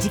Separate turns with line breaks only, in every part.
時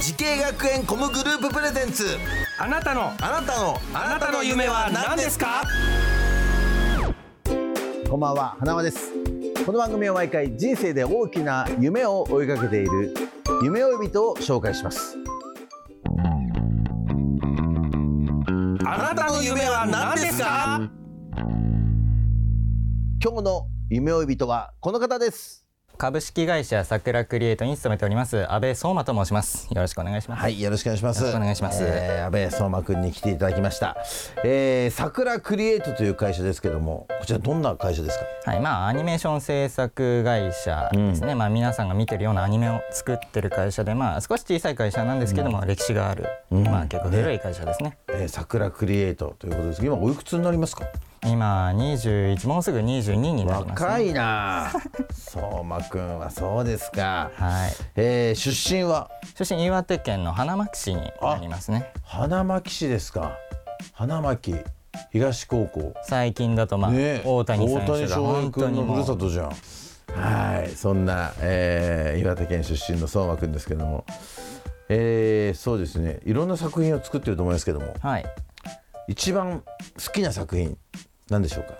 時系学園コムグループプレゼンツ
あなたの
あなたのあなたの夢は何ですか
こんばんは花輪ですこの番組は毎回人生で大きな夢を追いかけている夢追い人を紹介します
あなたの夢は何ですか
今日の夢追い人はこの方です
株式会社さくらクリエイトに勤めております安倍相馬と申しますよろしくお願いします
はいよろしくお願いします
よろしくお願いします
えー安倍相馬くんに来ていただきました、えー、桜クリエイトという会社ですけどもこちらどんな会社ですか
はい、まあアニメーション制作会社ですね、まあ皆さんが見てるようなアニメを作ってる会社でまあ少し小さい会社なんですけども、歴史がある、まあ結構古い会社ですね
えー、桜クリエイトということですけど今おいくつになりますか
今21もうすぐ22になります、ね、
若い なあ相馬くんはそうですか、
はい
えー、出身は
出身岩手県の花巻市になりますね
花巻市ですか花巻東高校
最近だとまあ、
ねえ
大谷選手
大谷
が
翔平
本当
君
に
のふ
も
る
う
さとじゃんはいそんな、えー、岩手県出身の相馬くんですけどもえー、そうですねいろんな作品を作ってると思いますけども
はい
一番好きな作品なんでしょうか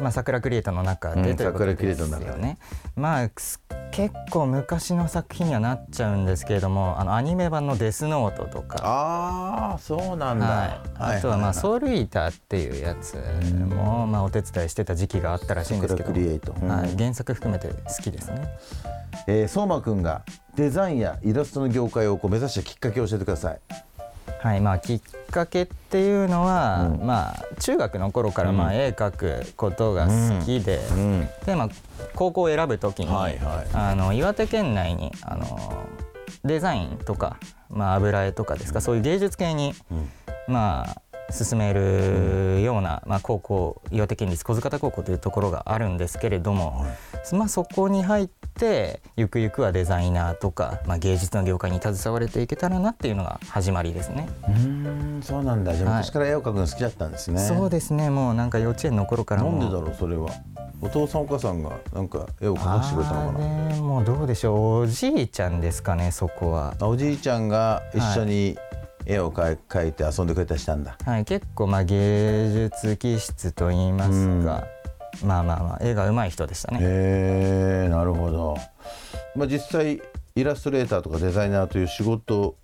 まあ、桜クリエイトの中
う
で
ん
ということ
桜
で
クリエイト
す
の
よ
中で
ね。まあす結構昔の作品にはなっちゃうんですけれどもあのアニメ版の「デスノート」とか。
ああそうなん
はい、あとはまあソウルイーターっていうやつもまあお手伝いしてた時期があったらしいんですけど
桜クリエイトうん
はい、原作含めて好きですね
えー、相馬くんがデザインやイラストの業界をこう目指したきっかけを教えてください
はいまあ、きっかけっていうのは、まあ、中学の頃からまあ絵描くことが好きで,、
ん
でまあ、高校を選ぶときに、
はいはい
あの岩手県内にあのデザインとか、まあ、油絵とかですかそういう芸術系に、まあ進めるような、まあ、高校岩手県立小塚田高校というところがあるんですけれども、まあ、そこに入ってゆくゆくはデザイナーとか、まあ、芸術の業界に携われていけたらなっていうのが始まりですね。
うんそうなんだじゃあ
はい
昔から絵を描くの好きだったんですね、
そうですねもうなんか幼稚園の頃から
な
も
んでだろうそれはお父さんお母さんがなんか絵を描かしてくれたのかな
あーねもうどうでしょうおじいちゃんですかねそこは。
あおじいちゃんが一緒に絵を描い描いて遊んでくれたりしたんだ、
はい、結構まあ芸術気質と言いますか、まあまあまあ絵が上手い人でしたね、
へえなるほど、まあ、実際イラストレーターとかデザイナーという仕事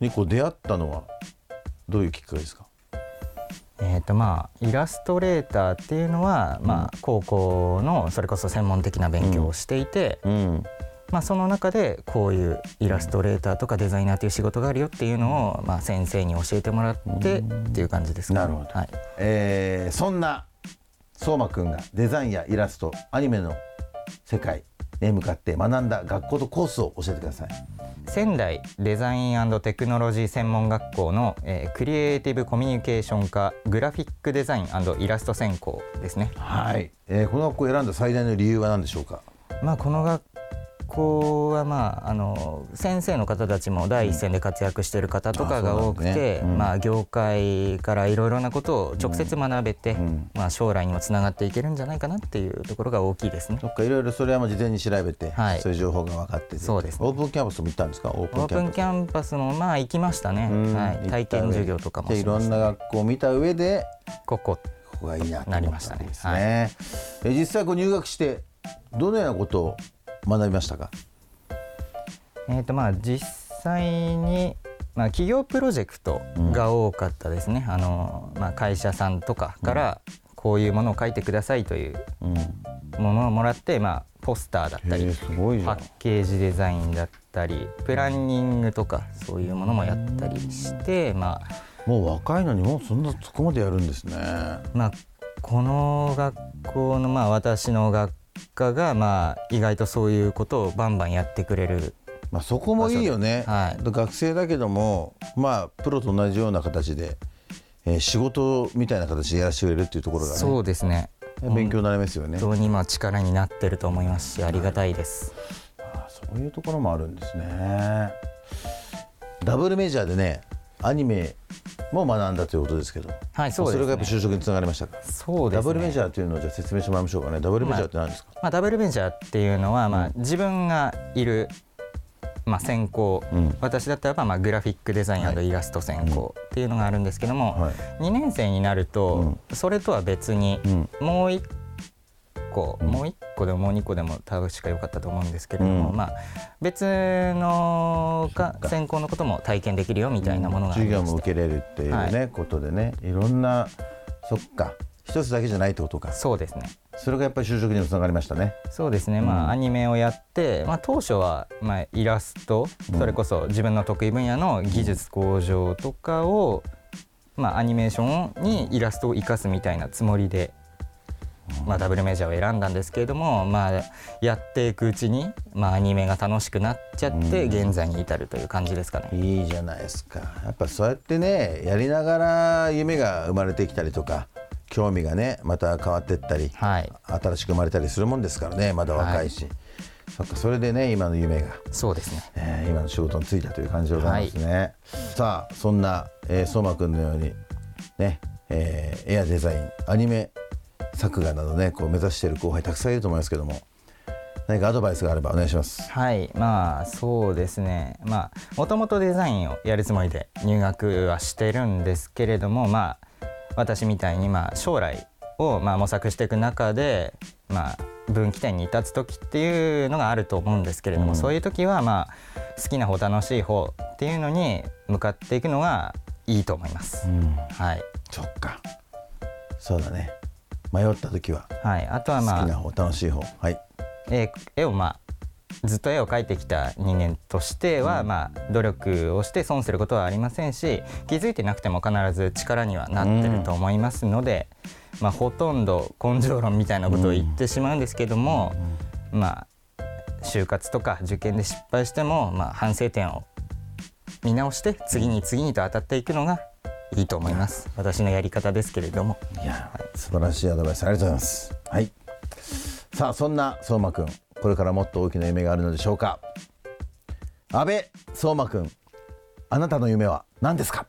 にこう出会ったのはどういうきっかけですか
えーとまあ、イラストレーターっていうのは、まあ、高校のそれこそ専門的な勉強をしていて、
うん
まあ、その中でこういうイラストレーターとかデザイナーという仕事があるよっていうのを、まあ、先生に教えてもらってっていう感じですか
なるほど
はい
えーそんな相馬くんがデザインやイラストアニメの世界へ向かって学んだ学校とコースを教えてください
仙台デザインテクノロジー専門学校の、えークリエイティブコミュニケーション科グラフィックデザインイラスト専攻ですね。
はい、えーこの学校を選んだ最大の理由は何でしょうか
まあ、この学校は、まあ、あの先生の方たちも第一線で活躍している方とかが多く
あそうなん
て、
だねうん
まあ、業界からいろいろなことを直接学べて、まあ、将来にもつながっていけるんじゃないかなっていうところが大きいですね。
そっかいろいろそれはもう事前に調べて、
はい
そういう情報が分かってて
そうですね
オープンキャンパスも行ったんですかオープ
オ
ン
ー
キ
プ
ャン
ン
パス
キャンパスもまあ行きましたね、
うん
はい、体験授業とかも
でい
し
ろ
まし
ん
た
な学校を見た上で
ここ
ここがいいなと思
なり
っ
ましたたね
わけですねえー実際こう入学してどのようなことを学びましたか
えーとまあ、実際に、まあ、企業プロジェクトが多かったですね、あのまあ、会社さんとかからこういうものを書いてくださいというものをもらって、まあ、ポスターだったり、
へーすごいじゃん
パッケージデザインだったりプランニングとかそういうものもやったりして、まあ、
もう若いのにもうそんなそこまでやるんですね
まあ、この学校の、まあ、私の学科が、まあ、意外とそういうことをバンバンやってくれる
まあ、そこもいいよね、
はい
学生だけども、まあ、プロと同じような形で、えー仕事みたいな形でやらせてくれるっていうところが、ね、
そうですね
勉強になりますよね、
本当にまあ力になってると思いますしありがたいです、
あそういうところもあるんですねダブルメジャーでねアニメも学んだということですけど
はいそうですね
れがやっぱ就職につながりましたか
そうですね
ダブルメジャーというのをじゃあ説明してもらいましょうかねダブルメジャーって何ですか、
まあ、ダブルベンチャーっていうのは、まあ、自分がいる、まあ、専攻、
うん
私だったらば、まあ、グラフィックデザイン
はい
イラスト専攻っていうのがあるんですけども、
はい
2年生になると、それとは別に、
うん
もう1個、
うん
もう1個でももう2個でも確か良かったと思うんですけれども、
うん
まあ、別のか専攻のことも体験できるよみたいなものがあり
授
まし
業
て
も受けれるっていうね、
は
ことでねいろんなそっか一つだけじゃないってことか
そうですね
それがやっぱり就職にもつながりましたね
そうですね、まあ
うん
アニメをやって、まあ、当初は、まあ、イラスト、
うん
それこそ自分の得意分野の技術向上とかを、まあ、アニメーションにイラストを生かすみたいなつもりで、まあ、ダブルメジャーを選んだんですけれども、まあ、やっていくうちに、まあ、アニメが楽しくなっちゃって、現在に至るという感じですかね。
いいじゃないですかやっぱそうやってねやりながら夢が生まれてきたりとか興味がねまた変わってったり、
はい
新しく生まれたりするもんですからねまだ若いし、そっかそれでね今の夢が、
そうですね
えー今の仕事に就いたという感じでございますね、さあそんな、えー、相馬君のようにね、えーエアデザインアニメ作画などねこう目指している後輩たくさんいると思いますけども何かアドバイスがあればお願いします
はいまあそうですねまあもともとデザインをやるつもりで入学はしてるんですけれどもまあ私みたいにまあ将来をまあ模索していく中でまあ分岐点に立つ時っていうのがあると思うんですけれども、
うん
そういう時はまあ好きな方楽しい方っていうのに向かっていくのがいいと思います。はい
そっかそうだね迷った時は
はい、あとはまあ
好きな方楽しい方はい
絵絵をまあずっと絵を描いてきた人間としては、まあ、努力をして損することはありませんし気づいてなくても必ず力にはなってると思いますので、まあ、ほとんど根性論みたいなことを言ってしまうんですけども、まあ、就活とか受験で失敗しても、まあ、反省点を見直して次に次にと当たっていくのがいいと思います私のやり方ですけれども。
いや、素晴らしいアドバイスありがとうございます。はい。さあ、そんな相馬くん、これからもっと大きな夢があるのでしょうか。安倍相馬くん、あなたの夢は何ですか。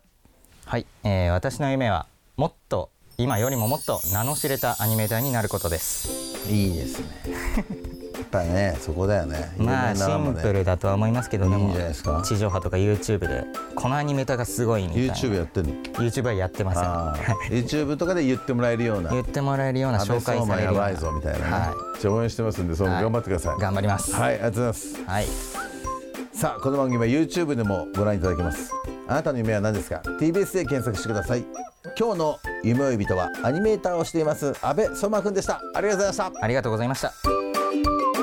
はい、えー私の夢はもっと今よりももっと名の知れたアニメーターになることです
いいですね。やっぱりね、そこだよね。
まあ
い
シ
ろんなのも
ン
ね
プルだとは思いますけどで
いいん
も
じゃないですか
地上波とか YouTube でこのアニメーターがすごいみたいな
YouTube やってんの。
YouTube はやってません
ああ
は、
YouTube とかで言ってもらえるようない
言。ってもらえるような
安倍
紹介
相
さ
馬
れるよ
や
うな
ばいぞみたいなね。
は
じゃあ応援してますんで、相馬
はい
頑張ってください。
頑張ります
はい、ありがとうございます。
い、はい、
さあこの番組は YouTube でもご覧いただけますあなたの夢は何ですか TBS で検索してください今日の夢追い人はアニメーターをしています安倍相馬くんでしたありがとうございました
ありがとうございました